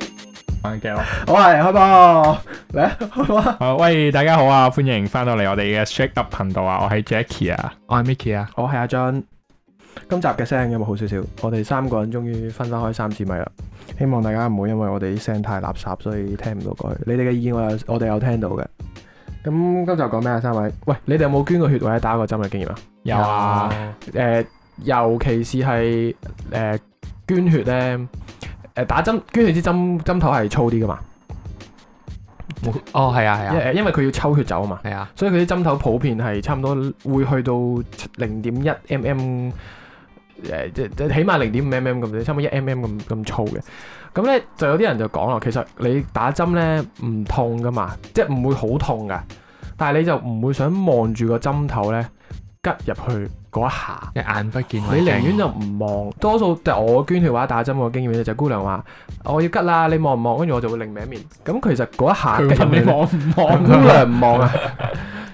啊繼續啊我係開波，嚟啊開波，好喂，大家好啊，歡迎翻到嚟我哋嘅 Shake Up 頻道啊，我係 Jackie 啊，我係 Micky 啊，我係阿 John。今集嘅聲有冇好少少？我哋三個人終於分翻開三支咪啦，希望大家唔好因為我哋啲聲太垃圾，所以聽唔到過去。你哋嘅意見我有，我哋有聽到嘅。咁今集講咩啊？三位，喂，你哋有冇捐過血或者打過針嘅經驗啊？有啊，誒、尤其是係誒、捐血咧，誒、打針捐血支針針頭係粗啲噶嘛，哦，係啊，係因啊，誒因為佢要抽血走啊嘛。係啊，所以佢啲針頭普遍係差唔多會去到零點一 mm，誒即即起碼零點五 mm 咁，差唔多一 mm 咁咁粗嘅。咁咧就有啲人就講啦，其實你打針咧唔痛噶嘛，即係唔會好痛噶，但係你就唔會想望住個針頭咧吉入去嗰一下。一眼不見為你淨寧願就唔望，多數就我捐血或者打針個經驗咧，就姑娘話啊我要吉啦，你望唔望？跟住我就會擰歪面。咁其實嗰一下佢吉入問 去你呢望唔望哦姑啊？娘唔望啊，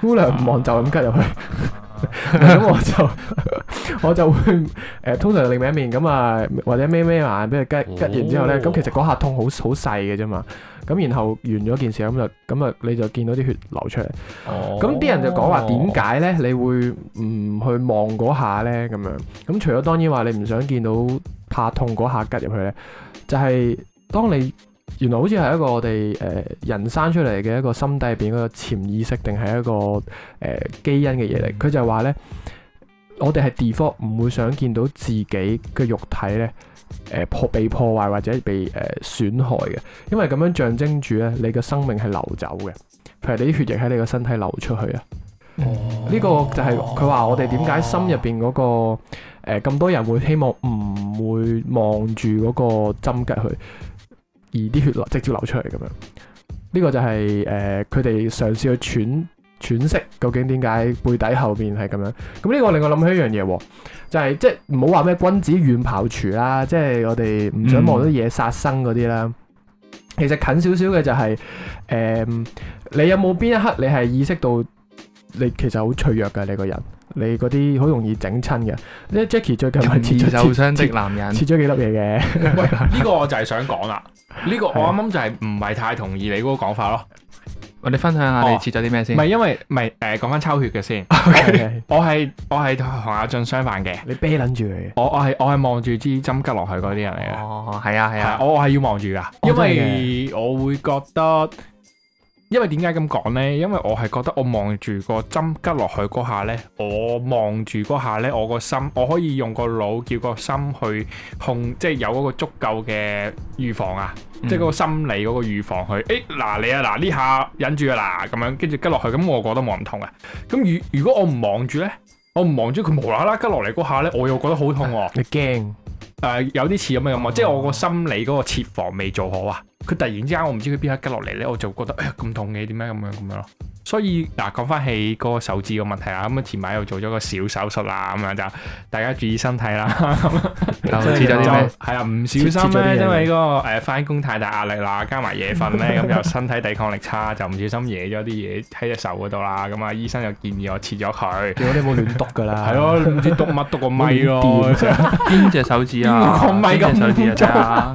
姑娘唔望就咁吉 入去。咁我就我就會誒、通常另一面咁啊，或者咩咩眼俾佢吉吉完之後咧，咁、哦其實嗰下痛好好細嘅啫嘛。咁然後完咗件事咁就咁啊，你就見到啲血流出嚟。 咁啲人就講話點解咧？你會唔去望嗰下咧？咁樣咁除咗當然話你唔想見到怕痛嗰下吉入去咧，就係、當你原來好似係一個我哋誒、呃人生出嚟嘅一個心底入邊嗰個潛意識，定係一個誒、呃基因嘅嘢嚟。佢就係話咧，我哋係 default 唔會想見到自己嘅肉體咧。誒破被破壞或者被誒、呃、損害嘅，因為咁樣象徵住咧，你嘅生命係流走嘅，譬如你啲血液喺你個身體流出去啊。哦呢個就係佢話我哋點解心入邊嗰個誒咁、多人會希望唔會望住嗰個針吉佢，而啲血流直接流出嚟咁樣。呢、個就係誒佢哋嘗試去揣揣釋究竟點解背底後邊係咁樣。咁呢個令我諗起一樣嘢喎，就係即係唔好話咩君子遠庖廚啦，即係我哋唔想望到嘢殺生嗰啲啦。其實近少少嘅就係、誒，你有冇邊一刻你係意識到你其實好脆弱嘅你個人，你嗰啲好容易整親嘅。即係 Jackie 啊最近咪切容咗易受切傷的男人切咗幾粒 嘢嘅，喂，哦 呢個我就係想講啦，呢個我係啊啱啱就係唔係太同意你嗰個講法咯，我哋分享下哦你切咗啲咩唔先係。因為唔係誒講翻抽血嘅先，係我係我係同阿俊相反嘅，你啤撚住佢嘅。我我係我係望住支針吉落去嗰啲人嚟嘅。哦，係啊，係係啊，啊，我係要望住噶，哦因為我會覺得，因為點解咁講呢？因為我係覺得我望住個針吉落去嗰下呢，我望住嗰下呢，我個心，我可以用個腦叫個心去控，即係有嗰個足夠嘅預防啊，嗯即係嗰個心理嗰個預防去，誒嗱你啊嗱呢下忍住啊嗱咁樣，跟住吉落去，咁我覺得冇咁痛啊。咁如如果我唔望住呢，我唔望住佢無啦啦吉落嚟嗰下呢，我又覺得好痛喎、你驚誒、呃有啲似咁嘅感覺，即係我個心理嗰個設防未做好啊！佢突然之間，我唔知佢邊刻吉落嚟咧，我就覺得哎呀咁痛嘅，點解咁樣咁樣咯？所以嗱，講翻起嗰個手指個問題啊，咁啊前排又做咗個小手術啦，咁樣就大家注意身體啦。 就切咗就啲咩？係啊，唔小心切咗啲嘢咧，因為嗰個誒翻工太大壓力啦，加埋夜 瞓咧，咁又身體抵抗力差，就唔小心惹咗啲嘢喺隻手嗰度啦。咁啊，醫生就建議我切咗佢。結果你冇亂篤㗎 啦。係，咯，唔知篤乜篤個咪咯冇。邊隻手指啊？邊個咪咁邊隻手指 啊？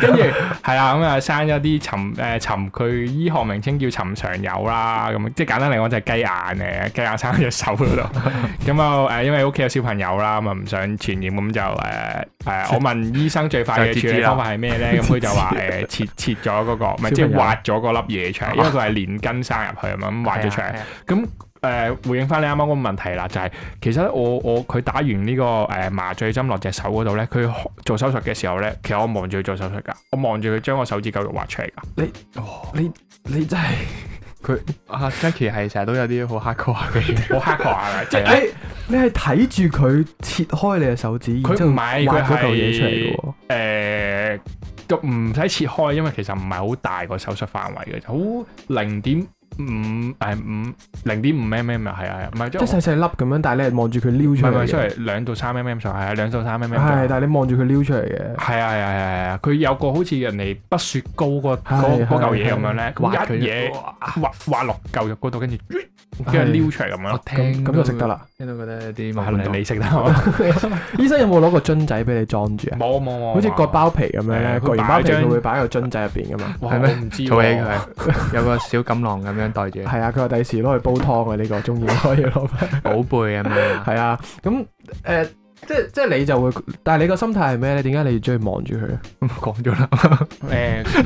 跟住係啦，咁啊生咗啲尋誒尋佢醫學名稱叫尋常疣啦，咁即係簡單嚟講就係雞眼嘅，雞眼生喺隻手嗰度。咁啊誒，因為屋企有小朋友啦，咁啊唔想傳染，咁就誒誒、我問醫生最快嘅處理方法係咩咧？咁佢就話誒、切切咗嗰、個，唔係即係挖咗嗰粒嘢出嚟，因為佢係連根生入去啊嘛，咁挖咗出嚟。係啊咁誒、呃、回應翻你啱啱嗰個問題啦，就係、其實咧，我我佢打完呢、個誒、呃麻醉針落隻手嗰度咧，佢做手術嘅時候咧，其實我望住佢做手術㗎，我望住佢將個手指嚿肉挖出嚟㗎。你真係啊，Jackie 係成日都有啲好黑 a 嘅嘢。我黑狂啊！即即係 係哎你係睇住佢切開你嘅手指，然之佢後唔挖係呃嗰佢嚿嘢出嚟係嘅喎。誒，就唔使切開，因為其實唔係好大個手術範圍嘅，好零點五诶五零點五 mm 啊，係啊係啊，唔係即即係係細細粒咁樣，但係你係望住佢撩唔出係唔嚟係出嘅。嚟兩到三 mm 上下，係啊兩到三 mm 上下係，但係你望住佢撩出嚟嘅。係啊係啊係啊係啊，佢有個好似人哋不雪糕個嗰嗰係嚿嘢係咁樣咧，挖佢佢一嘢哇挖挖落嚿肉嗰度，跟住跟住係撩出嚟咁樣我咯。咁聽咁就食得，啦。聽到覺得有啲係冇你你食得啊醫生有冇攞個樽仔俾你裝住啊？冇冇冇，好似冇割包皮咁樣誒佢咧，割完擺包皮張啊佢會擺喺個樽仔入邊噶嘛。哇係咩我唔知儲起喎佢，有個小錦囊咁樣袋住，係啊，佢話第時攞去煲湯啊，呢個中意可以攞 翻。寶貝咁樣。係啊，咁誒，即係即係你就會，但係你個心態係咩咧？點解你中意望住佢？啊講咗啦，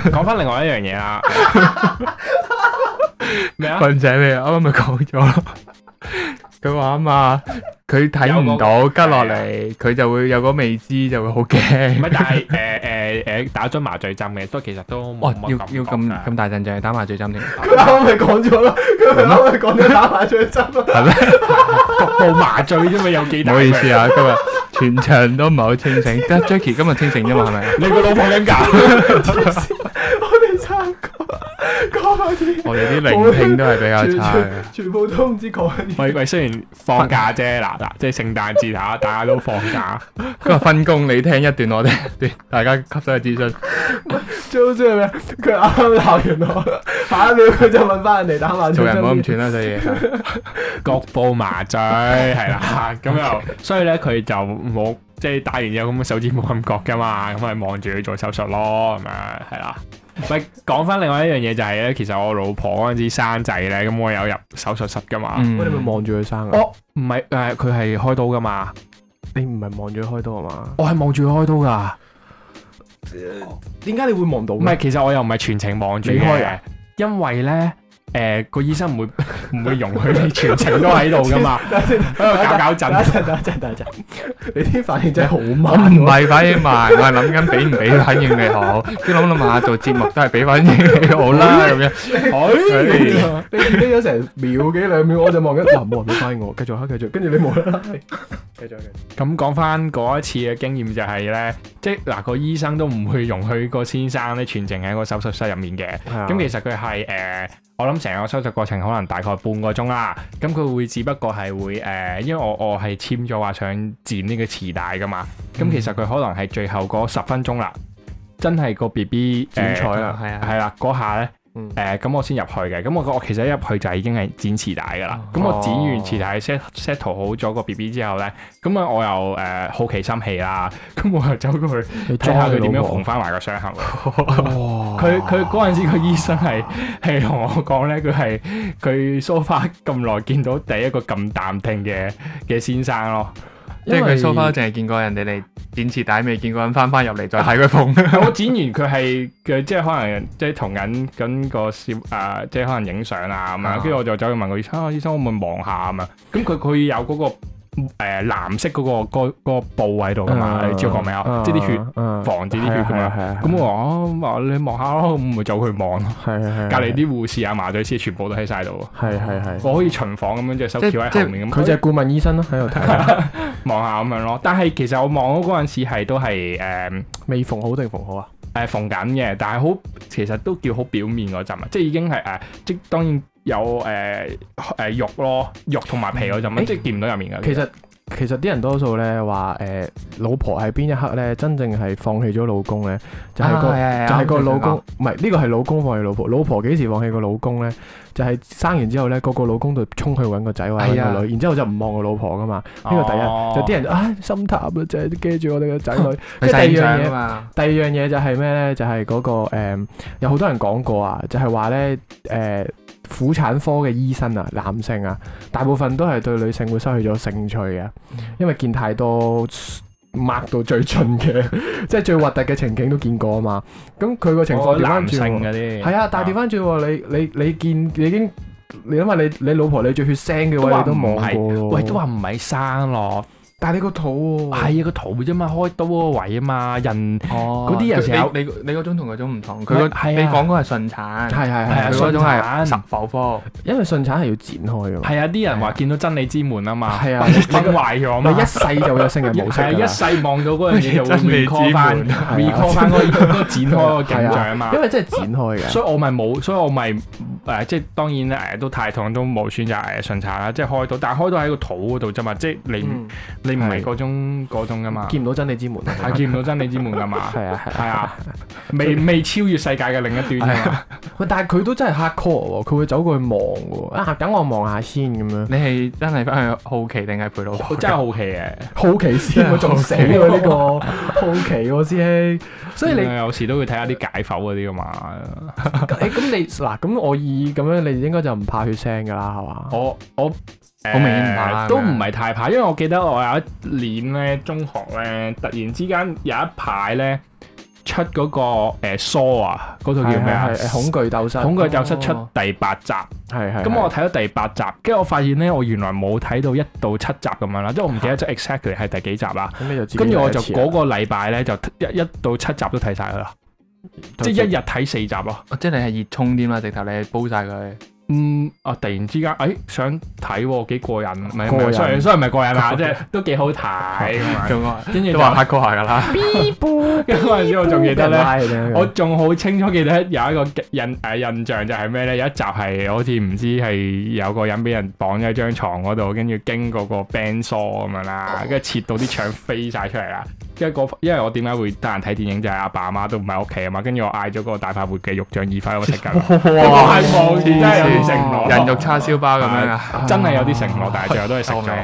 誒，講翻另外一樣嘢啦。咩啊？棍仔咩？啱啱咪講咗咯。佢話啊嘛，佢睇唔到吉落嚟，佢就會有個未知，就會好啊唔驚。係，但係誒誒誒打咗麻醉針嘅，所以其實都哇冇！哦要乜感覺啊要咁㗎咁大陣仗，打麻醉針添，佢啱咪講咗咯，佢啱咪講咗打麻醉針啊咯。 係咩？局部麻醉啫嘛，有幾唔大？好意思，啊，今日全場都唔係好清醒，得 Jackie 今日清醒啫嘛，係 咪？你個老婆咁搞，我哋三個講嗰啲，我哋啲聆聽都係比較全差嘅。全全部都唔知講緊啲。喂喂，雖然放假啫，嗱嗱，即係聖誕節嚇，大家都放假，今日分工，你聽一段， 我聽一段，大家吸收 嘅資訊。最好笑係咩？佢啱啱鬧完我，下一秒佢就問翻人哋打麻醉做人唔好針咁。串 啦，做嘢。局部麻醉係啦，咁又所以咧佢就冇即係打完之後咁手指冇感覺噶嘛，咁咪望住佢做手術咯，咁樣係啦。喂，講翻另外一樣嘢就係咧，其實我老婆嗰陣時生仔咧，咁我有入手術室噶嘛，喂，你咪嗯，望住佢生啊？我唔係誒，佢係開刀噶嘛，你唔係望住佢開刀啊嘛？我係望住佢開刀㗎。點解你會望到唔嘅？係，其實我又唔係全程望住你開嘅啊，因為咧，誒個醫生唔會 唔會容許你全程都喺度噶嘛，等陣喺度搞搞等一震。陣，等一陣，等一陣。 你啲反應真係好我慢唔喎。係反應慢，我係諗緊俾唔俾反應你好。即係諗諗下做節目都係俾反應你好啦，咁樣。哎 你你咗成秒幾兩秒，我就望緊，哇！冇人會反應我，繼續啊，繼續。跟住你冇啦，繼續繼續。咁講翻嗰一次嘅經驗就係咧，即係嗱個醫生都唔會容許個先生咧全程喺個手術室入面啊嘅。咁其實佢係誒，我諗成個手術過程可能大概半個鐘啦。咁佢會只不過係會誒、因為我我係簽咗話想剪呢個臍帶噶嘛。咁其實佢可能係最後嗰十分鐘啦，真係個 B B 剪彩係啦啊，係啊，係啦，嗰下咧，誒、嗯咁我先入去嘅，咁我我其實一入去就已經係剪臍帶噶啦，咁、我剪完臍帶 set set 好咗個 B B 之後咧，咁啊我又誒、好奇心起啦， 咁我又走過去你睇下佢點樣縫翻埋個傷口。哇佢佢嗰陣時個醫生係 係同我講咧，佢係佢 so far 咁耐見到第一個咁淡定嘅嘅先生咯。即係佢 so far 淨係見過人哋嚟剪臍帶，未見過人翻翻入嚟再睇佢縫。我剪完佢係佢即係可能即係同緊緊個攝啊，即係可能影相啊咁樣，啊跟住我就走去問個醫生，啊醫生可唔可以望下咁啊？咁佢佢有嗰個誒藍色嗰個嗰嗰個布喺度噶嘛，你知我講咩啊？即係啲血防止啲血咁樣。樣咁我話哦話你望下咯，咁咪走去望咯。係係係隔離啲護士啊、麻醉師全部都喺晒度。係係係，我可以巡房咁樣，隻手即翹喺即後面咁，佢就係顧問醫生咯，喺度啊睇望下咁樣咯。但係其實我望嗰陣時係都係誒未縫好定縫好 啊？誒縫緊嘅，但係好其實都叫好表面嗰陣啊，即係已經係誒即當然有誒誒肉咯，肉同埋皮嗰陣啊，誒即係見唔到入面嘅。其實其實啲人多數咧話誒，老婆喺邊一刻咧，真正係放棄咗老公咧，就係個。啊就係個老公，唔係呢個係老公放棄老婆，老婆幾時放棄個老公咧？就係生完之後咧，個個老公就衝去揾個仔或者係揾啊個女，然之後就唔望個老婆噶嘛。呢個第一，哦就啲人就唉心淡啊，就係記住我哋個仔女。佢即係細第二樣張嘢啊嘛，第二樣嘢就係咩咧？就係、嗰、個、誒有好多人講過啊，就係話咧誒婦產科嘅醫生啊，男性啊，大部分都係對女性會失去咗興趣嘅，因為見太多擘到最盡嘅， 即係最核突嘅情景都見過啊嘛。咁佢個情況調翻哦男轉性喎，嗰啲係啊，但係調翻轉喎，你你你見你已經你諗下你你老婆你最血腥嘅話，你都都話唔望係過咯。喂都話唔係生咯，但係你個肚喎，係啊，個肚啫嘛，開刀嗰個位啊嘛，人哦嗰啲人成日有你你你嗰種同嗰種唔同，佢係係個啊你講嗰係順產，係係係啊係佢順嗰種係產十剖腹，因為順產係要剪開噶嘛，係啊，啲人話見到真理之門啊嘛，係啊 話崩壞咗啊嘛咪一。世就有性嘅模式係啊，㗎一啦世望到嗰樣嘢就 會真理之 recall 翻門啊，recall 翻嗰個嗰個展開個景象啊 嘛因。為真係剪開嘅，所以我咪冇，所以我咪誒、呃即係當然咧誒、都太痛都冇選擇誒順產啦，即係開到，但係開到喺個肚嗰度啫嘛，即係你、嗯你唔係係嗰種嗰種噶嘛，見唔到真理之門啊，係見唔到真理之門噶嘛， 係啊係啊係啊，未未超越世界嘅另一端 啊嘛，喂，但係佢都真係 hard core 喎，佢會走過去望喎，啊等我望下先咁樣，你係真係翻去好奇定係陪老我婆？哦真係好奇嘅，好奇先喎，仲死喎呢 個，好奇喎師兄，所以你嗯有時都會睇下啲解剖嗰啲噶嘛，誒咁你嗱咁我以咁樣你應該就唔怕血腥㗎啦，係嘛？我我。好明顯唔怕啦誒都唔係太怕，因為我記得我有一年咧，中學咧，突然之間有一排咧出嗰、個誒 Saw 啊，嗰套叫咩啊係？係係恐懼鬥室，恐懼教室出哦第八集，係係。咁我睇到第八集，跟住我發現咧，我原來冇睇到一到七集咁樣啦，即係我唔記得咗 exactly 係第幾集啦。咁你就自己跟住我就睇一次啦嗰個禮拜咧，就一一到七集都睇晒佢啦，即係一日睇四集咯。哦即係你係熱衷添啦，直頭你係煲晒佢。嗯，啊，突然之間，誒想睇喎，幾過癮，唔係唔過係癮雖雖然唔係過癮啊啦，即係都幾好睇咁 樣。仲話跟住都就話黑哥下㗎啦， 跟住嗰 陣時我仲記得咧。咧我仲好清楚記得有一個印誒、印象就係咩咧？有一集係好似唔知係有個人俾人綁咗喺張床嗰度，跟住經過個 band saw 咁樣啦，跟住切到啲腸飛晒出嚟啦。跟住個因為我點解會得閒睇電影就係阿爸阿媽都唔喺屋企啊嘛，跟住我嗌咗個大快活嘅肉醬意粉我食緊， 我係放真係啊有啲食唔落，人肉叉燒包咁樣啊！真係有啲食唔落，但係最後都係食救咗 命。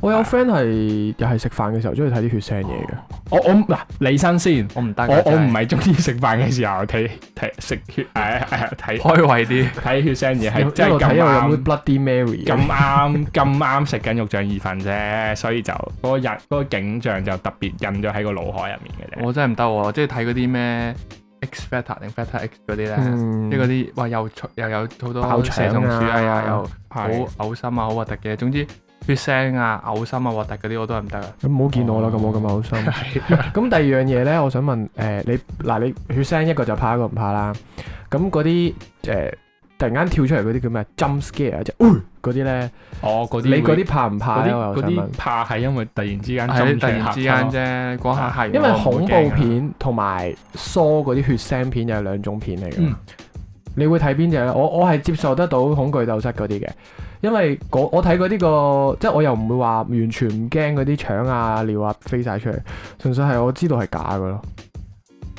我有 friend 係又係食飯嘅時候中意睇啲血腥嘢嘅，我我嗱你身先，我唔得㗎，我我真係唔係中意食飯嘅時候睇睇食血誒誒睇開胃啲。睇血腥嘢，係一真路係睇咁一路飲啱啲。Bloody Mary 咁嘅。啱咁啱食緊肉醬意粉啫，所以就嗰個印嗰個景象就特別印咗喺個腦海入面嘅啫。我真係唔得喎，即係睇嗰啲咩 X Factor 定 Factor X 嗰啲咧，嗯即係嗰啲哇又出又有好爆多腸啊蛇蟲鼠蟻啊，又好係嘔心啊，好核突嘅。總之血腥啊、嘔心啊、核突嗰啲我都係唔得啊。咁唔好見我啦，咁我咁 好心。咁第二樣嘢咧，我想問誒你嗱你血腥一個就怕一個唔怕啦。咁嗰啲誒突然間跳出嚟嗰啲叫咩？jump scare 即係呃嗰啲咧，我嗰啲你嗰會啲怕唔怕嗰咧？我又啲嗰想問啲。怕係因為突然之間係你針突然之間啫。啫，嗰下係因為恐怖啊片同埋疏嗰啲血腥片又係兩種片嚟嘅。嗯你會睇邊只咧？我我係接受得到恐懼鬥室嗰啲嘅，因為嗰我睇嗰啲個即係我又唔會話完全唔驚嗰啲腸啊尿啊飛晒出嚟，純粹係我知道係假嘅咯。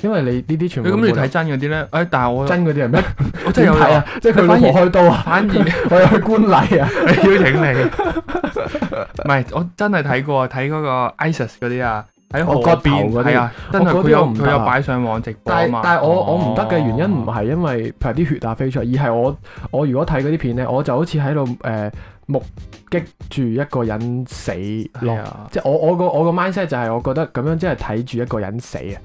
因為你呢啲全部你咁你睇冇真嗰啲咧，誒但係我真嗰啲係咩？我真係有點睇啊！ 即係佢你老反而婆開刀啊！反而。 我又去觀禮啊！邀請你，唔係我真係睇過睇嗰個 ISIS 嗰啲啊，喺河我個頭邊嗰啲係啊，真係我嗰啲佢有我唔得佢啊有擺上網直播啊但係嘛。但係我我唔得嘅哦原因唔係因為譬如啲血啊飛出嚟，而係我我如果睇嗰啲片咧，我就好似喺度誒目擊住一個人死咯，係啊，即係我我個我個 mindset 就係我覺得咁樣即係睇住一個人死啊。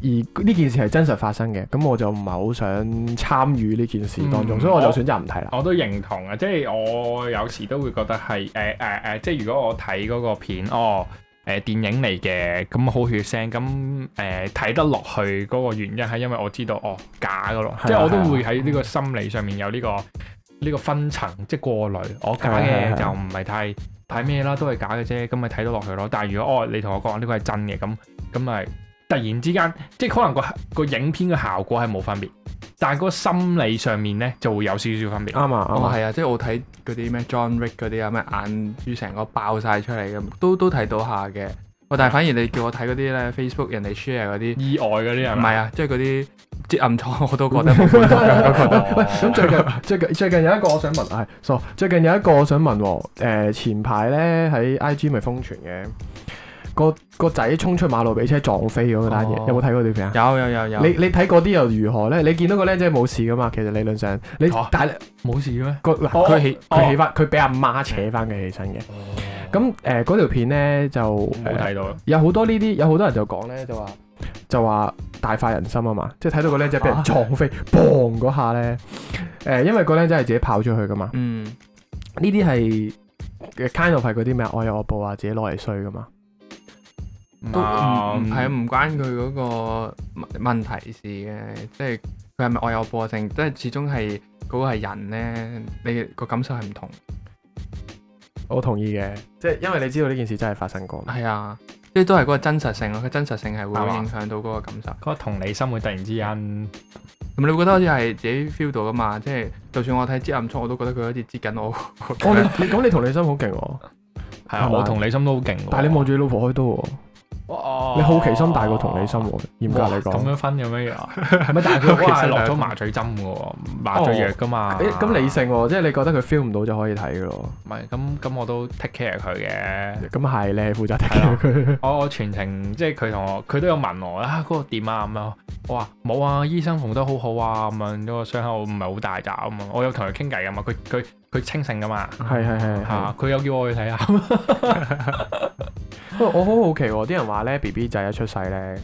而呢件事係真實發生嘅，咁我就唔係好想參與呢件事當中，嗯所以我就我選擇唔哦睇啦。我都認同啊，即係我有時都會覺得係誒誒誒，即係如果我睇嗰個片，哦誒、電影嚟嘅，咁好血腥，咁誒睇得落去嗰個原因係因為我知道哦假嘅咯，係啊即係我都係啊會喺呢個心理上面有呢、個呢、個分層，即係過濾，我假係啊係嘅啊就唔係太太咩啦，都係假嘅啫，咁咪睇到落去咯。但係如果哦你同我講呢個係真嘅，咁咁咪突然之間，即係可能個個影片嘅效果係冇分別。但係嗰個心理上面咧就會有少少分別。啱啊，啱哦啊，係啊，即係我睇嗰啲咩 John Wick 嗰啲啊，咩眼珠成個爆晒出嚟咁，都都睇到下嘅。喂，但係反而你叫我睇嗰啲咧 Facebook 人哋 share 嗰啲，意外嗰啲係唔咪？係啊，即係嗰啲即暗瘡我都覺得冇 滿足感嗰個。哦喂，咁最近 最近最近有一個我想問，係、傻，最近有一個我想問喎、誒前排咧喺 IG 咪瘋傳嘅，個個仔衝出馬路俾車撞飛咗嗰單嘢，哦有冇睇過段片啊？有有有有，你你睇嗰啲又如何咧？你見到個僆仔冇事噶嘛？其實理論上，你、哦但係冇事嘅咩？個嗱哦佢起哦佢起翻，佢俾阿媽扯翻佢起身嘅。咁誒嗰條片咧就冇睇到。有好多呢啲，有好多人就講咧，就話就話大快人心啊嘛，即係睇到個僆仔俾啊人撞飛，砰嗰下咧，誒、因為個僆仔係自己跑出去噶嘛，嗯呢啲係 kind of 係嗰啲咩？我有我報啊，自己攞嚟衰噶嘛。都啊唔係唔關佢嗰個問題事嘅，即係佢係咪愛有波性，即係始終係嗰個係人咧，你個感受係唔同。我同意嘅，即係因為你知道呢件事真係發生過嘛。係啊，即係都係嗰個真實性咯，佢真實性係嗯會係嘛影響到嗰個感受。嗰個同理心會突然之間同埋你會覺得好似係自己 feel 到噶嘛，即係就算我睇《知暗瘡》，我都覺得佢好似知緊我。哦，你你咁你同理心好勁喎，係啊，係嘛我同理心都好勁喎。但係你望住你老婆開刀喎，哦，你好奇心大過同理心喎，嚴格哇嚟咁講。樣分咁 樣樣，係咪？但係佢好奇心嗰日係落大咗過麻醉針嘅喎，麻醉藥噶嘛。哦誒咁理性喎，即係你覺得佢 feel 唔到就可以睇嘅咯。唔係咁咁，我都 take care 佢嘅。咁係你係負責係啊啦睇佢。我我全程即係佢同我，佢都有問我啊嗰、個點啊咁樣。我話冇啊，醫生縫得好好啊咁樣，嗰、個傷口唔係好大咋咁樣。我有同佢傾偈噶嘛，佢佢佢清醒噶嘛。係係係係。嚇！佢有叫我去睇下，啊不過我好好奇喎，啲人話咧 B B 仔一出世咧，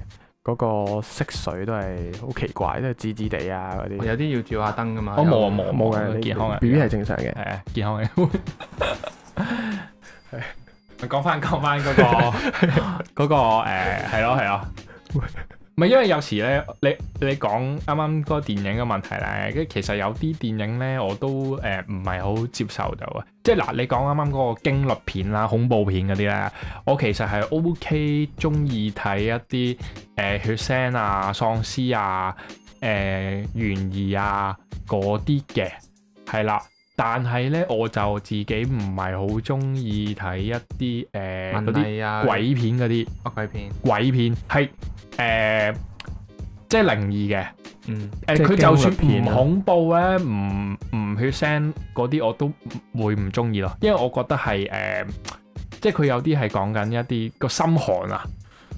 嗰、個色水都係好奇怪，都係紫紫地啊嗰我啲。有啲要照下燈噶嘛。我冇有啊冇啊冇冇嘅，健康嘅 B B 係正常嘅。係啊健康嘅。講翻講翻嗰個 嗰個誒係咯係咯，唔係因為有時咧，你你講啱啱嗰個電影嘅問題咧，跟其實有啲電影咧我都誒唔係好接受到啊，即係嗱你講啱啱嗰個驚慄片啦、恐怖片嗰啲咧，我其實係 O K 中意睇一啲誒、呃血腥啊、喪屍啊、誒、呃懸疑啊嗰啲嘅，係啦。但係咧，我就自己唔係好中意睇一啲誒嗰文啲藝啊，鬼片嗰啲啊鬼片，鬼片，係誒、呃即係靈異嘅。嗯，誒即呃係佢就算驚慄片唔啊恐怖咧，唔唔血腥嗰啲我都唔會唔中意咯，因為我覺得係誒、呃即係佢有啲係講緊一啲個心寒啊，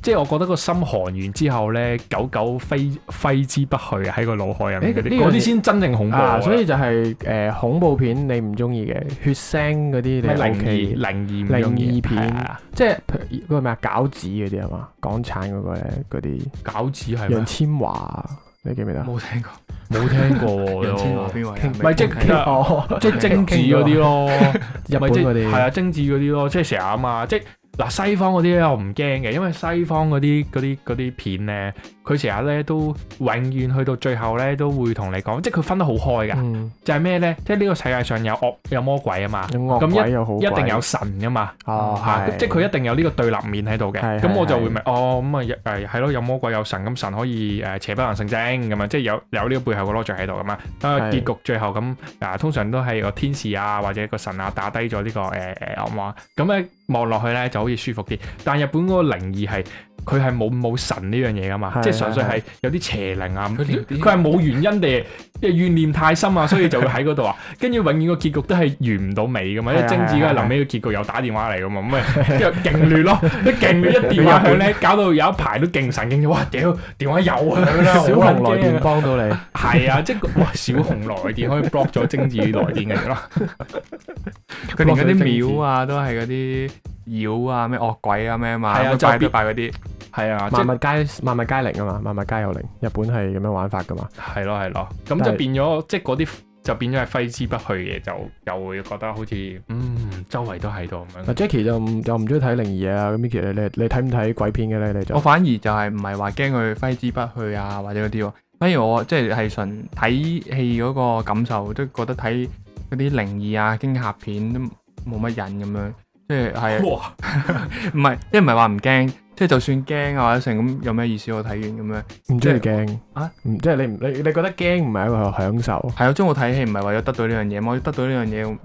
即係我覺得個心寒完之後咧，久久揮揮之不去啊喺個腦海入面嗰誒啲，呢樣嗰啲嘢先真正恐怖啊，啊所以就係、誒、恐怖片你唔中意嘅，血腥嗰啲你咩靈 O 異 K，靈異唔中意靈異片係啊即係譬如嗰個咩啊餃子嗰啲啊嘛，港產嗰個咧嗰啲餃子係咩楊千嬅，啊你記唔記得？冇聽過。啊冇聽過 楊千嬅喎，邊位啊？傾係即係傾傾哦，即係精緻嗰啲咯。日本嗰啲係啊，精緻嗰啲咯，即係成日啊嘛，即係嗱西方嗰啲咧，我唔驚嘅，因為西方嗰啲嗰啲嗰啲片咧，佢成日咧都永遠去到最後咧都會同你講，即係佢分得好開㗎，嗯，就係啊咩咧？即係呢個世界上有惡有魔鬼啊嘛，有惡咁鬼又好一鬼，定有神㗎嘛，哦，嚇係，即係佢一定有呢個對立面喺度嘅，係咁我係就會明哦，咁啊誒係咯，有魔鬼有神，咁神可以誒邪不能勝正咁啊，即係有有呢個背後個 logic 喺度咁啊，啊係結局最後咁啊，通常都係個天使啊或者個神啊打低咗呢個誒誒惡魔，咁咧望落去咧就好似舒服啲，但日本嗰個靈異係。佢係冇冇神呢樣嘢噶嘛，係即係純粹係係有啲邪靈啊，佢連佢啲係冇原因地，即係怨念太深啊，所以就會喺嗰度啊，跟住永遠個結局都係完唔到尾噶嘛，因為係啊精子係嘅啊臨尾個結局又打電話嚟噶嘛，咁咪 又勁亂咯，一勁亂一電話響咧，搞到有一排都勁神經，哇屌電話又響啦， 小好撚紅驚來電啊幫到你。係啊，即係個哇小紅來電可以 block 咗精子來電嘅 咯，佢連嗰啲廟啊，都係嗰啲妖啊，咩惡鬼啊，咩嘛，係啊都就拜必都拜嗰啲。係啊，即萬係物皆萬物皆靈啊嘛，萬物皆有靈，日本係咁樣玩法噶嘛。係咯係咯，咁但就係變咗即係嗰啲就變咗係揮之不去嘅，就又會覺得好似嗯周圍都喺度咁樣，嗱 Jackie 就唔就唔中意睇靈異嘢啊，咁 Miki 你你你睇唔睇鬼片嘅咧？你就我反而就係唔係話驚佢揮之不去啊，或者嗰啲喎。反而我即係係純睇戲嗰個感受，都覺得睇嗰啲靈異啊、驚嚇片都冇乜癮咁樣。即係係哇唔係即係唔係話唔驚，即係就算驚啊或者成咁有咩意思？我睇完咁樣唔中意驚啊？唔即係你唔你你覺得驚唔係一個享受？係我中意睇戲唔係為咗得到呢樣嘢，我得到呢樣嘢，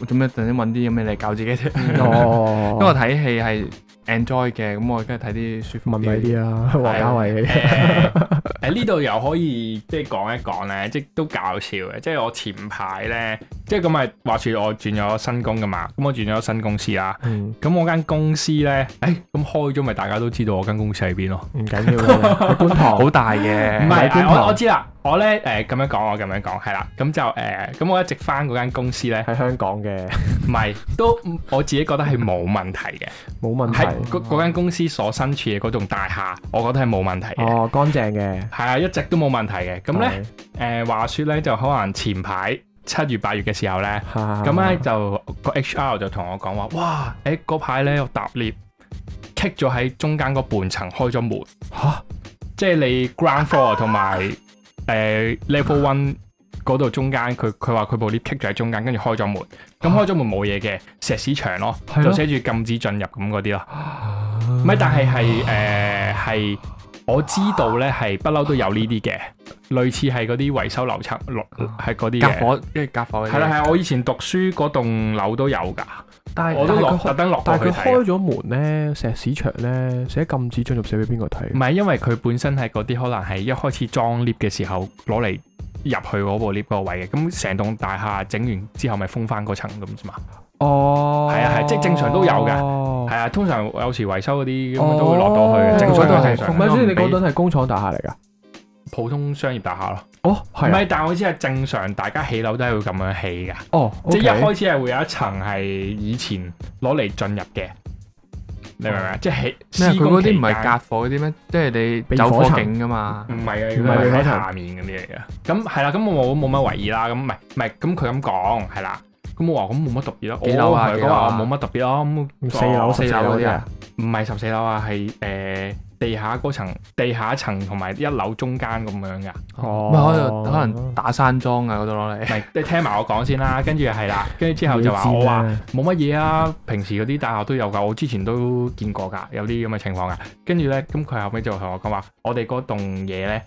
我做咩突然間揾啲咁嘅嚟搞自己啫？哦，因為我睇戲係 enjoy 嘅，咁我梗係睇啲舒服文藝 啲啊，係王啊家 衛嗰啲。誒誒呢度又可以即係講一講咧，即係都搞笑嘅。即係我前排咧，即係咁咪話説我轉咗新工噶嘛，咁我轉咗新公司啦。嗯，咁我間公司咧，誒咁開咗咪大家都知道我間公司喺邊咯。唔緊要嘅， 喺觀塘好大嘅啊唔。喺係觀，塘我我知啦，我咧誒咁樣講，我咁樣講係啦。咁就誒咁我一直翻嗰間公司咧，喺香港嘅，唔係都我自己覺得係冇問題嘅，冇問喺題。嗰嗰間公司所身處嘅嗰棟大廈，我覺得係冇問題嘅，哦，乾淨嘅。Ờ, 係啊，一直都冇問題嘅。咁咧。誒、話説咧，就可能前排七月八月嘅時候咧，咁咁咧就個 HR 就同我講話，哇！誒嗰排咧我搭 lift，棘咗喺中間嗰半層開咗門，吓即係你 ground floor 同埋誒 level one 嗰度中間，佢佢話佢部 lift 棘咗喺中間，跟住開咗門，咁開咗門冇嘢嘅，石屎牆咯，係咯就寫住禁止進入咁嗰啲咯。唔係，但係係誒係我知道咧，係不嬲都有呢啲嘅，類似係嗰啲維修樓層落係嗰啲隔嘅。火，跟住隔火嘅。係啦啊係啦，我以前讀書嗰棟樓都有㗎，但係我都落但係佢特登落過但去係佢開睇。咗門咧，石市場咧寫禁止進入寫俾邊個睇唔？係因為佢本身係嗰啲可能係一開始裝 lift 嘅時候攞嚟入去嗰部 lift 嗰個位嘅，咁成棟大廈整完之後咪封翻嗰層咁啫嘛。哦，係啊係即係正常都有㗎㗎係啊，通常有時維修嗰啲咁都會落到去嘅，正常嗰度嘅係正唔常封嘅。係先？你嗰俾棟係工廠大廈嚟㗎？普通商業大廈咯，哦，唔係啊係，但我意思係正常大家起樓都係會咁樣起㗎。哦，即係 OK 一開始係會有一層係以前攞嚟進入嘅，你明唔明啊？即係起咩？施佢嗰工期啲間唔係隔火嗰啲咩？即係你避走火火層警噶嘛？唔係啊，唔係佢嗰喺層下面嗰啲嚟嘅。咁係啦，咁我冇冇乜懷疑啦。咁唔係唔係，咁佢咁講係啦。咁我話咁冇乜特別咯。幾樓啊我同幾佢樓講話啊我冇乜特別咯。咁四樓我十四樓樓嗰嗰啲啲啊啊，唔係十四樓啊，係誒地下嗰層、地下一層同埋一樓中間咁樣㗎。哦唔係可能可能打山莊啊嗰度攞唔嚟。係，你聽埋我講先啦。跟住係啦，跟住之後就話我話。冇乜嘢啊，平時嗰啲大學都有㗎，我之前都見過㗎，有啲咁嘅情況㗎。跟住呢，咁佢後尾就同我講話，我哋嗰棟嘢呢，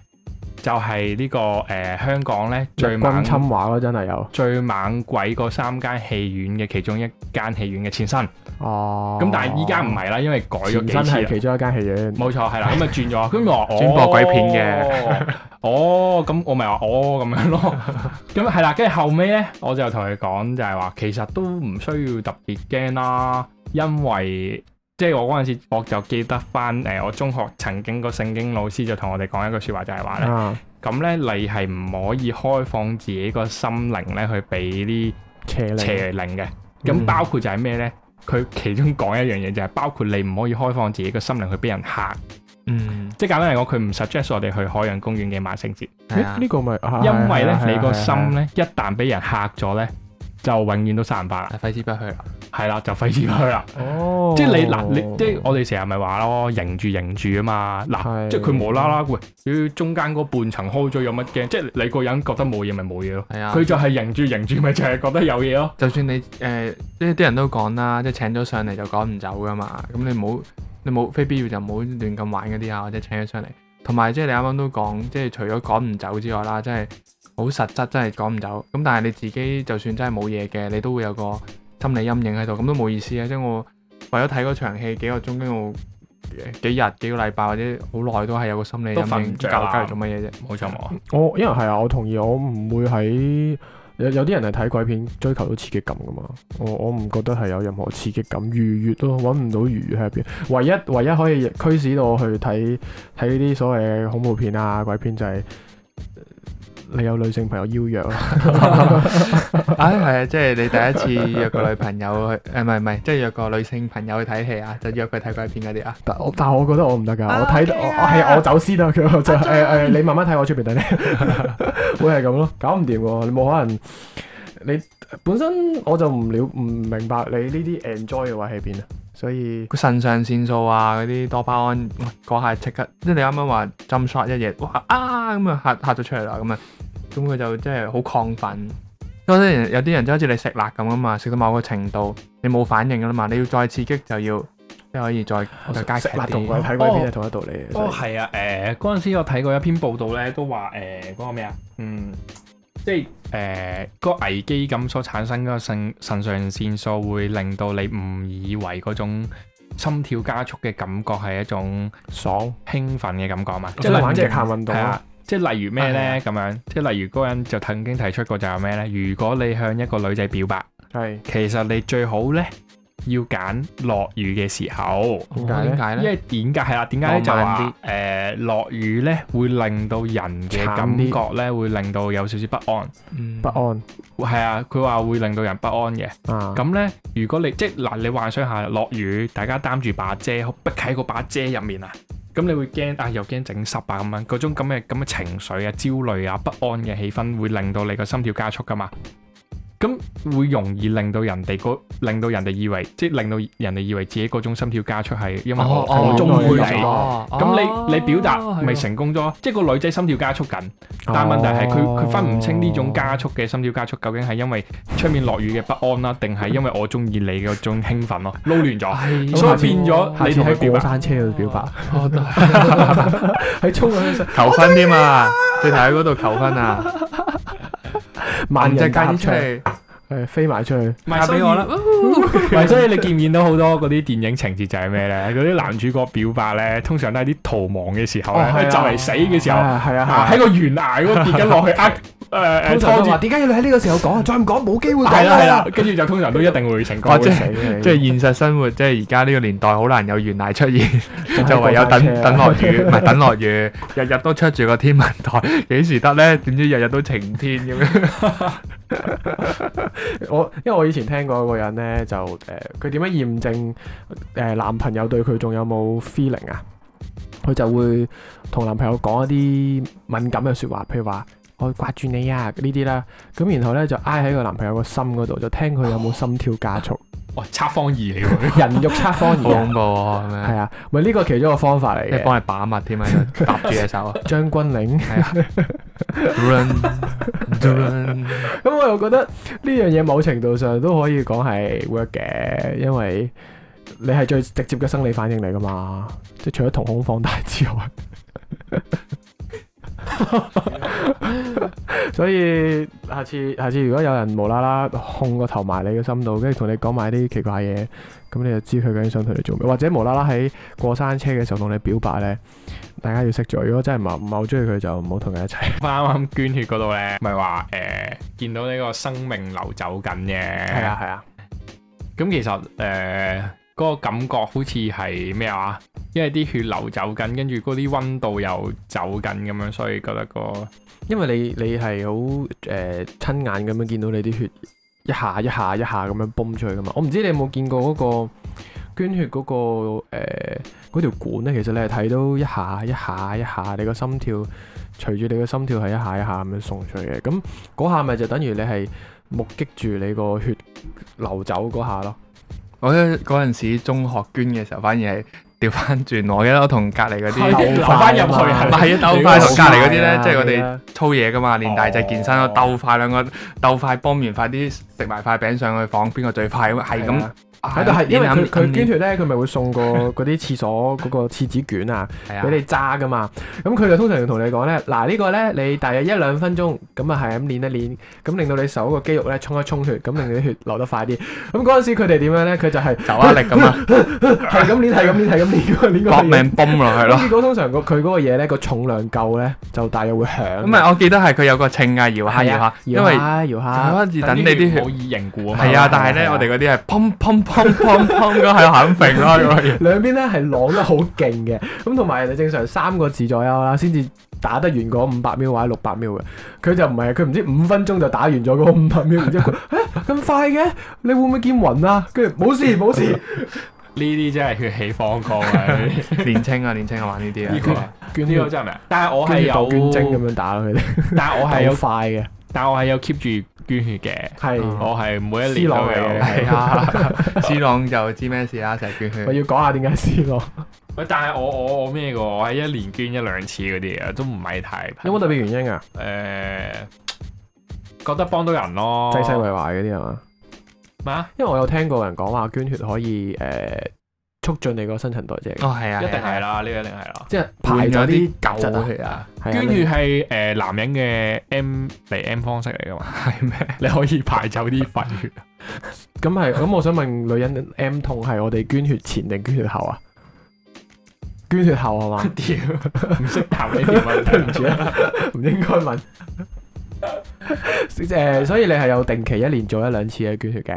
就係、呢、個誒、呃香港呢最最軍猛侵華咯，真係有最猛鬼嗰三間戲院嘅其中一間戲院嘅前身。咁、哦。但係依家唔係啦，因為改咗前幾身次係啦。其中一間戲院，冇錯，係啦，咁啊轉咗，跟住我 話專播鬼片嘅，哦，哦咁我咪話哦咁樣 咯，咁係啦，跟住後尾咧，我就同佢講就係話，其實都唔需要特別驚啦，因為即係我嗰陣時我就記得翻誒，我中學曾經個聖經老師就同我哋講一句説話，就係話嗯咧，啊，咁咧你係唔可以開放自己個心靈咧去俾啲邪靈邪靈嘅，咁嗯包括就係咩咧？佢其中講一樣嘢就係包括你唔可以開放自己個心靈去俾人嚇。嗯，即係簡單嚟講，佢唔 suggest 我哋去海洋公園嘅萬聖節，係啊呢呢。個咪啊因為係啊係啊咧你個係啊心咧一旦俾人嚇咗咧，就永遠都散唔翻啦，係揮之不去啦。係啦，就費事去啦。哦，即係你嗱，你即係我哋成日咪話咯，凝住凝住啊嘛，嗱，係即係佢無啦啦喂，屌中間嗰半層開咗有乜驚？即係你個人覺得冇嘢咪冇嘢咯，係啊。佢就係凝住凝住，咪就係覺得有嘢咯。就算你誒、呃即係啲人都講啦，即係請咗上嚟就趕唔走噶嘛。咁你冇你冇非必要就冇亂咁玩嗰啲啊，或者請咗上嚟。同埋即係你啱啱都講，即係除咗趕唔走之外啦，即係好實質真係趕唔走。咁但係你自己就算真係冇嘢嘅，你都會有個心理陰影喺度，咁都冇意思啊！即係我為咗睇嗰場戲幾個鐘，跟住我幾日幾個禮拜或者好耐都係有個心理都瞓陰唔影，着搞啊搞嚟做乜嘢啫？冇錯冇，我因為係啊，我同意，我唔會喺有有啲人係睇鬼片追求到刺激感噶嘛，我我唔覺得係有任何刺激感，愉悅都揾唔到愉悅喺入邊。唯一唯一可以驅使到我去睇睇呢啲所謂嘅恐怖片啊鬼片就係、呃你有女性朋友邀約咯，啊，係啊，即係你第一次約個女朋友去，誒唔係唔係，即係約個女性朋友去睇戲啊，就約佢睇鬼片嗰啲啊。但我但我覺得我唔得㗎，我睇我我係我走先啦，佢我就誒誒，你慢慢睇我出邊等你， 會係咁咯，搞唔掂喎，你冇可能你本身我就唔了唔明白你呢啲 enjoy 嘅位喺邊啊，所以個腎上腺素啊，嗰啲多巴胺，哇嗰下即刻，即係你啱啱話 jump shot 一夜，哇啊咁啊嚇嚇咗出嚟啦，咁啊，咁佢就真係好亢奮。有啲人有啲人就好似你食辣咁啊嘛，食到某個程度，你冇反應噶啦嘛，你要再刺激就要即係可以再再加食劇辣同啲鬼。睇鬼啊片係同一道理嘅，所以哦，係啊，誒嗰陣時我睇過一篇報道咧，都話誒嗰個咩啊，嗯，即係誒個危機感所產生嗰個腎腎上腺素會令到你誤以為嗰種心跳加速嘅感覺係一種爽，興奮嘅感覺嘛，即係玩即極係限運動係咯啊，即係例如咩咧咁樣，即係例如嗰個人就曾經提出過就係咩咧，如果你向一個女仔表白，係其實你最好咧要揀落雨嘅時候。點解咧？解因為點解係啦？點解咧就浪漫話誒落雨咧會令到人嘅慘感啲覺咧會令到有少少不安，嗯不安係啊，佢話會令到人不安嘅。啊，咁咧，如果你即係嗱，你幻想下落雨，大家擔住把遮，逼喺個把遮入面啊，咁你會驚啊，又驚整濕啊咁樣，嗰種咁嘅咁嘅情緒啊、焦慮啊、不安嘅氣氛會令到你個心跳加速噶嘛。咁會容易令到人哋個令到人哋以為，即係令到人哋以為自己個中心跳加速係因為我哦我中中意意你，你咁你你表達咪成成功咗？即係個女仔心跳加速緊，但係問題係佢佢分唔清呢種加速嘅心跳加速究竟係因為出面落雨嘅不安啦，定係因為我中意你嘅嗰種興 奮咯，撈亂咗。係所以下次變咗下你次同佢喺表過白，山車度表白，我都 喺衝緊山求婚添啊！你睇喺嗰度求婚啊！萬隻人搭雞出場，嚟，誒飛埋出去，唔嫁係 俾我啦！！唔係，所以你見唔見到好多嗰啲電影情節就係咩咧？嗰啲男主角表白咧，通常都係啲逃亡嘅時候哦係啊咧，就嚟死嘅時候，係啊係啊啊喺。個懸崖嗰度跌緊落去，呃誒誒 通常拖都話住，點解要你喺呢個時候講？再唔講冇機會講係啦係 啦，，跟住就通常都一定會成功哦。即會係死嘅即係現實生活，即係而家呢個年代好難有懸崖出現， 係就唯有過山車等啊等落雨，唔係等落雨，日日都出住個天文台，幾時得咧？點知日日都晴天咁 樣。 我因為我以前聽過一個人咧，就誒佢點樣驗證誒、呃男朋友對佢仲有冇 feeling 啊？佢就會同男朋友講一啲敏感嘅説話，譬如話我掛住你啊呢啲啦，咁然後咧就挨喺個男朋友個心嗰度，就聽佢有冇心跳加速，哇，測方儀嚟喎，人肉測方好儀啊恐怖喎，咁係樣啊，咪呢個其中一個方法嚟即嘅。係哦幫你把脈添啊，喺度搭住隻手 啊，將軍令，係啊 Dun, dun 咁我又覺得呢樣嘢某程度上都可以講係 work 嘅，因為你係最直接嘅生理反應嚟噶嘛，即係除咗瞳孔放大之外。 所以下次下次如果有人無啦啦控個頭埋你嘅心度，跟住同你講埋啲奇怪嘢，咁你就知佢究竟想同你做咩，或者無啦啦喺過山車嘅時候同你表白呢，大家要識咗。如果真係唔係唔係好中意佢，就唔好同佢一齊。啱啱捐血嗰度咧，咪話誒見到呢個生命流走緊嘅，係啊係啊，咁其實誒嗰、個感覺好似係咩話？因為啲血流走緊，跟住嗰啲温度又走緊咁樣，所以覺得個因為你你係好誒親眼咁樣見到你啲血一下一下一下咁樣泵出去噶嘛，我唔知你有冇見過嗰個捐血嗰、個呃嗰、條管咧，其實你係睇到一下一下一下，你個心跳隨住你個心跳係一下一下咁樣送出去嘅，咁嗰下咪就等於你係目擊住你個血流走嗰下咯。我覺得嗰陣時中學捐嘅時候，反而係調翻轉，我記得我同隔離嗰啲。 係流返入去係唔咪係啊，鬥快同隔 離嗰啲咧，哦啊即係我你哋啊操嘢噶嘛，練大隻健身咯，哦鬥快兩個鬥快幫完快啲食埋塊餅上去房，邊個最快咁係係咁啊嗯喺度係因為佢佢捐條血咧，佢咪會送個嗰啲廁所嗰個廁紙卷啊。係啊俾你揸噶嘛。咁佢就通常要同你講咧，嗱呢個咧你大約一兩分鐘，咁啊係咁練一練，咁令到你手個肌肉咧充一充血，咁令你啲血流得快啲。咁嗰陣時佢哋點樣咧？佢就係走 壓力咁啊，係咁練，係咁練，係咁練嗰個練嗰個搏嘢。命泵落去咁咯。結果通常個佢嗰個嘢咧個重量夠咧，就大約會響。咁咪我記得係佢有個稱啊，搖下搖下，因為搖下啊搖下，嗰陣時等你啲血冇以凝固啊嘛。係啊，但係咧我哋嗰啲係砰砰砰砰砰咁啊喺度肯揈咯嗰個嘢。兩邊咧係攞得好勁嘅。咁同埋你正常三個字左右啦，先至。打得完嗰五百秒或者六百秒嘅，佢就唔係，佢唔知五分鐘就打完咗嗰五百秒，然之後佢欸咁快嘅，你會唔會見暈啊？跟住冇事冇事，呢啲真係血氣方剛 啊！呢啲年青啊，年青啊，玩呢啲啊呢呢個啊，個捐呢血個真係咪？但係我係捐血當有捐精咁樣打咯，佢哋但係我係有好，快嘅，但係我係有 keep 住捐血嘅。係嗯我係哦每一 C 年都朗嚟有嘅。係啊，C 朗就知咩事啦，成日捐我血。要講下點解 C 朗，喂，但係我我我咩嘅喎？我係一年捐一兩次嗰啲啊，都唔係太頻有冇特別原因啊？誒？覺得幫到人咯。 濟世為懷嗰啲係嘛？咩啊？因為我有聽過人講話捐血可以誒促進你個新陳代謝嘅，哦，係一啊，定係啦，啦，呢個一定係啦。即係啊排排咗啲咗啲雜質舊啊血啊。係啊捐你血係誒男人嘅 M 嚟 M 方式嚟噶嘛，係咩？你可以排走啲廢血。咁係，咁我想問女人 M 痛係我哋捐血前定捐血後啊？捐血後係 嘛？屌，唔識答呢啲問題，對唔住啊，唔應該問。 誒、所以你係有定期一年做一兩次嘅捐血嘅，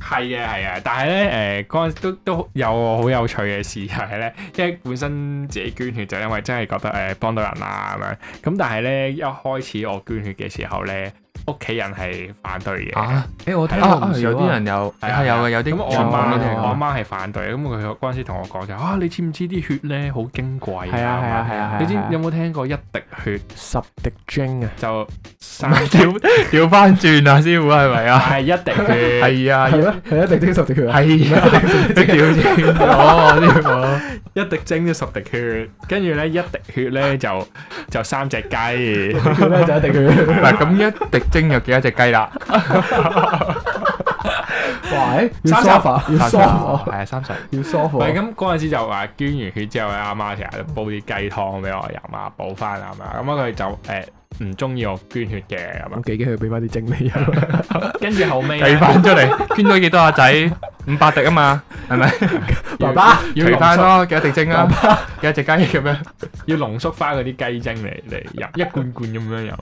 係嘅，係嘅，但係咧，誒嗰陣都都有個好有趣嘅事就係咧，因為本身自己捐血就因為真係覺得誒、呃、幫到人啦咁樣，咁但係咧一開始我捐血嘅時候咧，屋企人係反對嘅。啊誒、我聽過啊唔！有少啲啊。人有係啊係有嘅，有啲咁我全阿部都媽聽過我阿過。媽係反對，咁佢嗰陣時同我講就啊，你知唔知啲血咧好矜貴係啊係啊係啊係啊！你知係啊有冇聽過一滴血， 十滴精啊！就三屌調翻轉啊，師傅係 咪啊？係一滴血，係 啊，係咩？係一滴精十滴血啊！係啊，調轉咗師傅。一滴精都十滴血，跟住咧一滴血咧就就三隻雞，佢咧就一滴 血。嗱，咁一滴精有幾多隻雞啦？喂，三要十 sofa，要三十， sofa，係啊，三十。要唔係 sofa。咁嗰陣時就話捐完血之後咧，阿媽成日都煲啲雞湯俾我飲啊，補翻啊咁樣，咁啊佢就誒唔中意我捐血嘅咁咁啊，幾幾佢俾翻啲精你啊？跟住後尾呢計翻出嚟，捐咗幾多啊仔？五百滴啊嘛，係咪？爸爸， 要除翻濃縮咯，幾多滴精啊？幾多隻雞咁樣？要濃縮翻嗰啲雞精嚟嚟飲，一罐罐咁樣飲。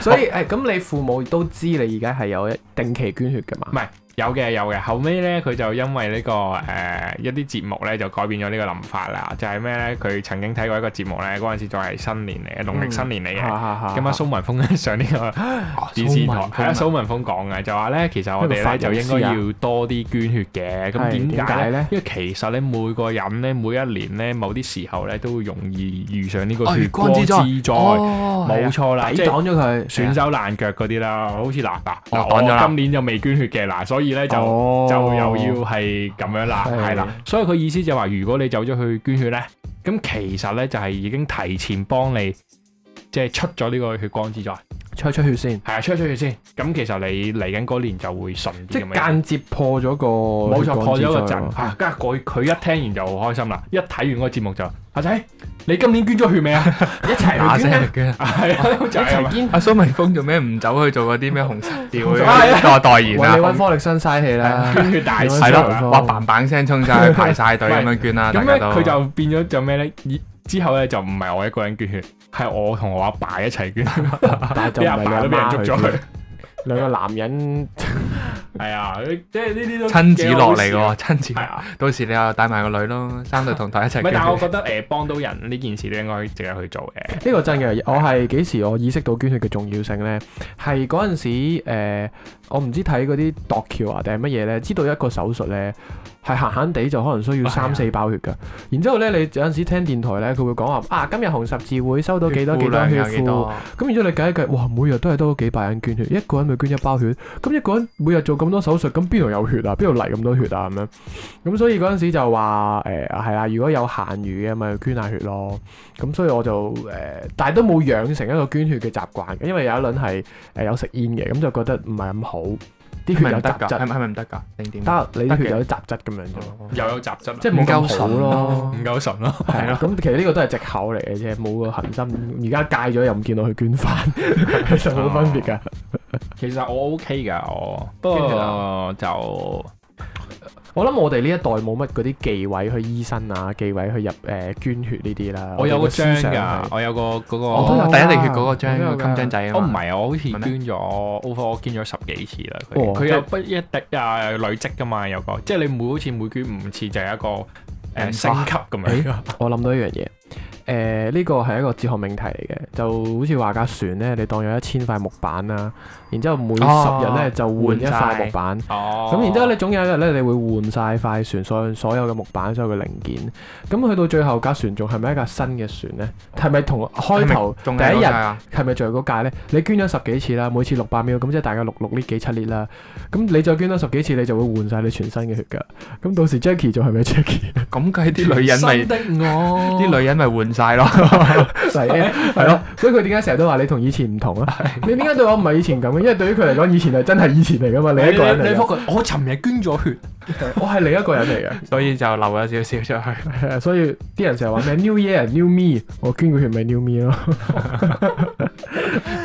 所以誒咁你父母都知你而家係有一定期捐血㗎嘛？有嘅有嘅，後尾咧佢就因為呢、個誒、呃一啲節目咧就改變咗呢個諗法啦，就係咩咧？佢曾經睇過一個節目咧，嗰陣時仲係新年嚟嘅，農曆新年嚟嘅。咁咁啊，蘇文峰上呢個電視台，係啊，蘇文峰講嘅就話咧，其實我哋一個髮咧型就應該師啊要多啲捐血嘅。咁係點點解解咧咧？因為其實咧每個人咧每一年咧某啲時候咧都會容易遇上呢個哦血血光光之之災，哦冇錯啦，抵即係擋咗啊佢，損手爛腳嗰啲啦，好似嗱嗱我嗱，講咗我啦今年就未捐血嘅嗱，所以咧就哦就又要係咁樣啦，係係啦，所以佢意思就話，如果你走咗去捐血咧，咁其實咧就係已經提前幫你即係出咗呢個血光之災，出一出血先，係啊，出一出血先，咁其實你嚟緊嗰年就會順即啲咁係樣。間接破咗個冇血錯，光破咗個之災啊陣 喎嚇，跟住佢佢一聽完就好開心啦，一睇完嗰個節目就阿仔，你今年捐咗血未啊？ 一齊嗱去聲捐啊嚟係嘅。啊，就係一咁啊齊捐。阿蘇文峰做咩唔走去做嗰啲咩紅十吊紅十嗰個代言喂，你揾啊？方力申嘥氣啦，捐血大使係蘇文啦峰。咯，哇！棒棒聲衝晒去排晒隊咁樣捐咁啦，大咧家都佢就變咗就咩咧？以之後咧就唔係我一個人捐血，係我同我阿爸一齊捐， 但係 就俾唔阿係爸都兩俾人捉咗佢佢。。兩個男人係啊，即係呢啲都親子落嚟嘅幾好喎，笑。親子係。啊，到時你又帶埋個女咯，三對同台一齊唔係，但係我捐。覺得誒幫到人呢件事都應該值得去做嘅。呢個真嘅，我係幾時我意識到捐血嘅重要性呢？係嗰陣時、呃，我唔知睇嗰啲度橋啊定係乜嘢呢？知道一個手術呢，係閒閒地就可能需要係啊三四包血㗎。然之後呢，你有陣時聽電台呢，佢會講話啊，今日紅十字會收到幾多幾多血有幾庫。多？咁然之後你計一計，哇，每日都係多幾百人捐血，一個人咪捐一包血。咁一個人每日做咁多手術，咁邊度有血啊？邊度嚟咁多血啊？咁樣。咁所以嗰陣時就話誒係啦，如果有閒餘嘅咪捐下血咯。咁所以我就誒、呃但係都冇養成一個捐血嘅習慣嘅，因為有一輪係誒有食煙嘅，咁就覺得唔係咁好，啲血係咪唔有得雜㗎？係質，咪係咪唔得㗎？定點？得你啲得嘅血有啲雜質咁樣啫嘛，哦又有雜質，即即係係冇唔咁夠好純咯咯。唔夠純咯。係咯，咁其實呢個都係藉口嚟嘅啫，冇個恒心。而家戒咗又唔見到佢捐 翻，其實冇分別㗎。其實我 OK 㗎，我不跟住過就我諗我哋呢一代冇乜嗰啲忌諱去醫生啊，忌諱去入誒、呃捐血呢啲啦。我有個哋嘅章思想㗎係，，我有個嗰個啊我都有哦㗎第一滴血嗰個我張都有個㗎襟章仔啊我唔嘛。係啊，我好似係捐咩咗 over，我捐咗十幾次啦。佢哦佢即有不一滴啊累積噶嘛，有個即係你每好似每捐五次就係一個誒明白升級咁樣。 我諗到一樣嘢，誒、呢個係一個哲學命題嚟嘅，就好似話架船咧，你當有一千塊木板啦，然之後每十日咧哦就換一換晒塊木板。哦，咁然之後咧，總有一日咧，你會換晒塊船所有所有嘅木板、所有嘅零件。咁去到最後架船仲係咪一架新嘅船呢？係咪同開頭仲第係一嗰日隻啊係咪仲係嗰架呢？你捐咗十幾次啦，每次六百秒，咁即係大概六六呢幾七列啦。咁你再捐多十幾次，你就會換晒你全身嘅血㗎。咁到時 Jackie 仲係咪 Jackie？咁計啲女人咪新的我啲女人咪換晒咯。係係咯，所以佢點解成日都話你同以前唔同啊？你點解對我唔係以前咁嘅？因為對於佢嚟講，以前係真係以前嚟㗎嘛，你一個人你嚟覆㗎，佢，我尋日捐咗 血，我係另一個人嚟嘅。 所以就漏咗少少出去。係啊，所以啲人成日話咩 New Year New Me，我捐個血咪 New Me 咯。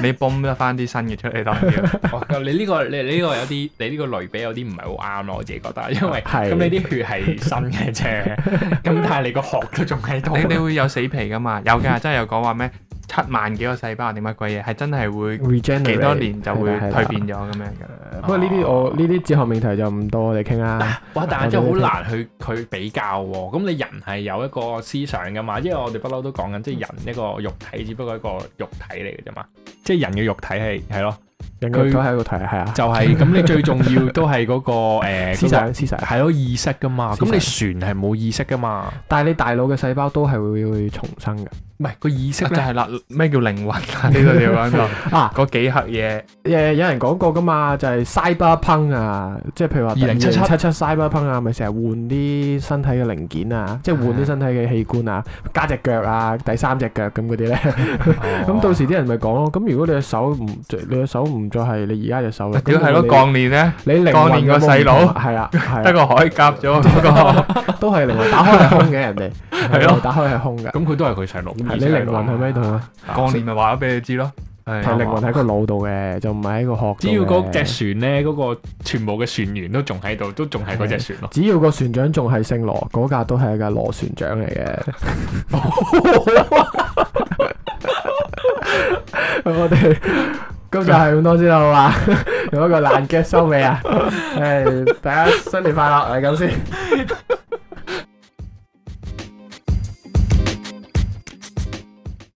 你泵得翻啲新嘅出嚟當 然。哇哦你呢個你你呢個有啲你呢個類比有啲唔係好啱咯，我自己覺得，因為係咁你啲血係新嘅 啫，咁但係你個殼都仲喺度。你你會有死皮噶嘛？有㗎，真係有講話咩七萬幾個細胞定乜鬼嘢，係真嗯係會 regenerate 幾多年就會係啦係啦蜕變咗咁樣 嘅。不過呢啲我呢啲哲學命題就唔多我哋傾啦。哇！但係真係好難去佢比較喎。咁你人係有一個思想噶嘛，因為我哋不嬲都講緊，即係人一個肉體，只不過一個肉體嚟嘅啫嘛。即係人嘅肉體係係 咯，人佢都係一個題，係啊，就係、咁。你最重要都係嗰、 個誒思想思想。係咯意識噶嘛。思咁想你船係冇意識噶嘛？但係你大腦嘅細胞都係會會重生嘅，唔係個意識就咧，係啦， 咩叫靈魂啊？呢度你要 講到啊，嗰幾盒嘢，誒有人講過噶嘛，就係 cyberpunk 啊，即係譬如話2077 cyberpunk 啊，咪成日換啲身體嘅零件啊，即係換啲身體嘅器官啊，加隻腳啊，第三隻腳咁嗰啲咧，咁到時啲人咪講咯，咁如果你隻手唔，你隻手唔再係你而家隻手啦，屌係咯，咁你鋼鍊咧你靈魂鋼鍊個有冇唔細佬同啊係 啦，係得啦個海鴿咗嗰個， 都係靈魂打開係空嘅人哋，係咯打開係空㗎，咁佢都係佢細佬。係你靈魂喺咪度啊？鋼鍊咪話咗俾你知咯，係係靈魂喺個腦度嘅，就唔係喺個殼度嘅。只要嗰隻船咧，嗰、個全部嘅船員都仲喺度，都仲係嗰隻船咯。只要個船長仲係姓羅，嗰架都係一架羅船長嚟嘅。我哋今集係咁多先啦，好嘛？ 用一個爛 g 收尾啊！誒，大家新年快樂，係咁先。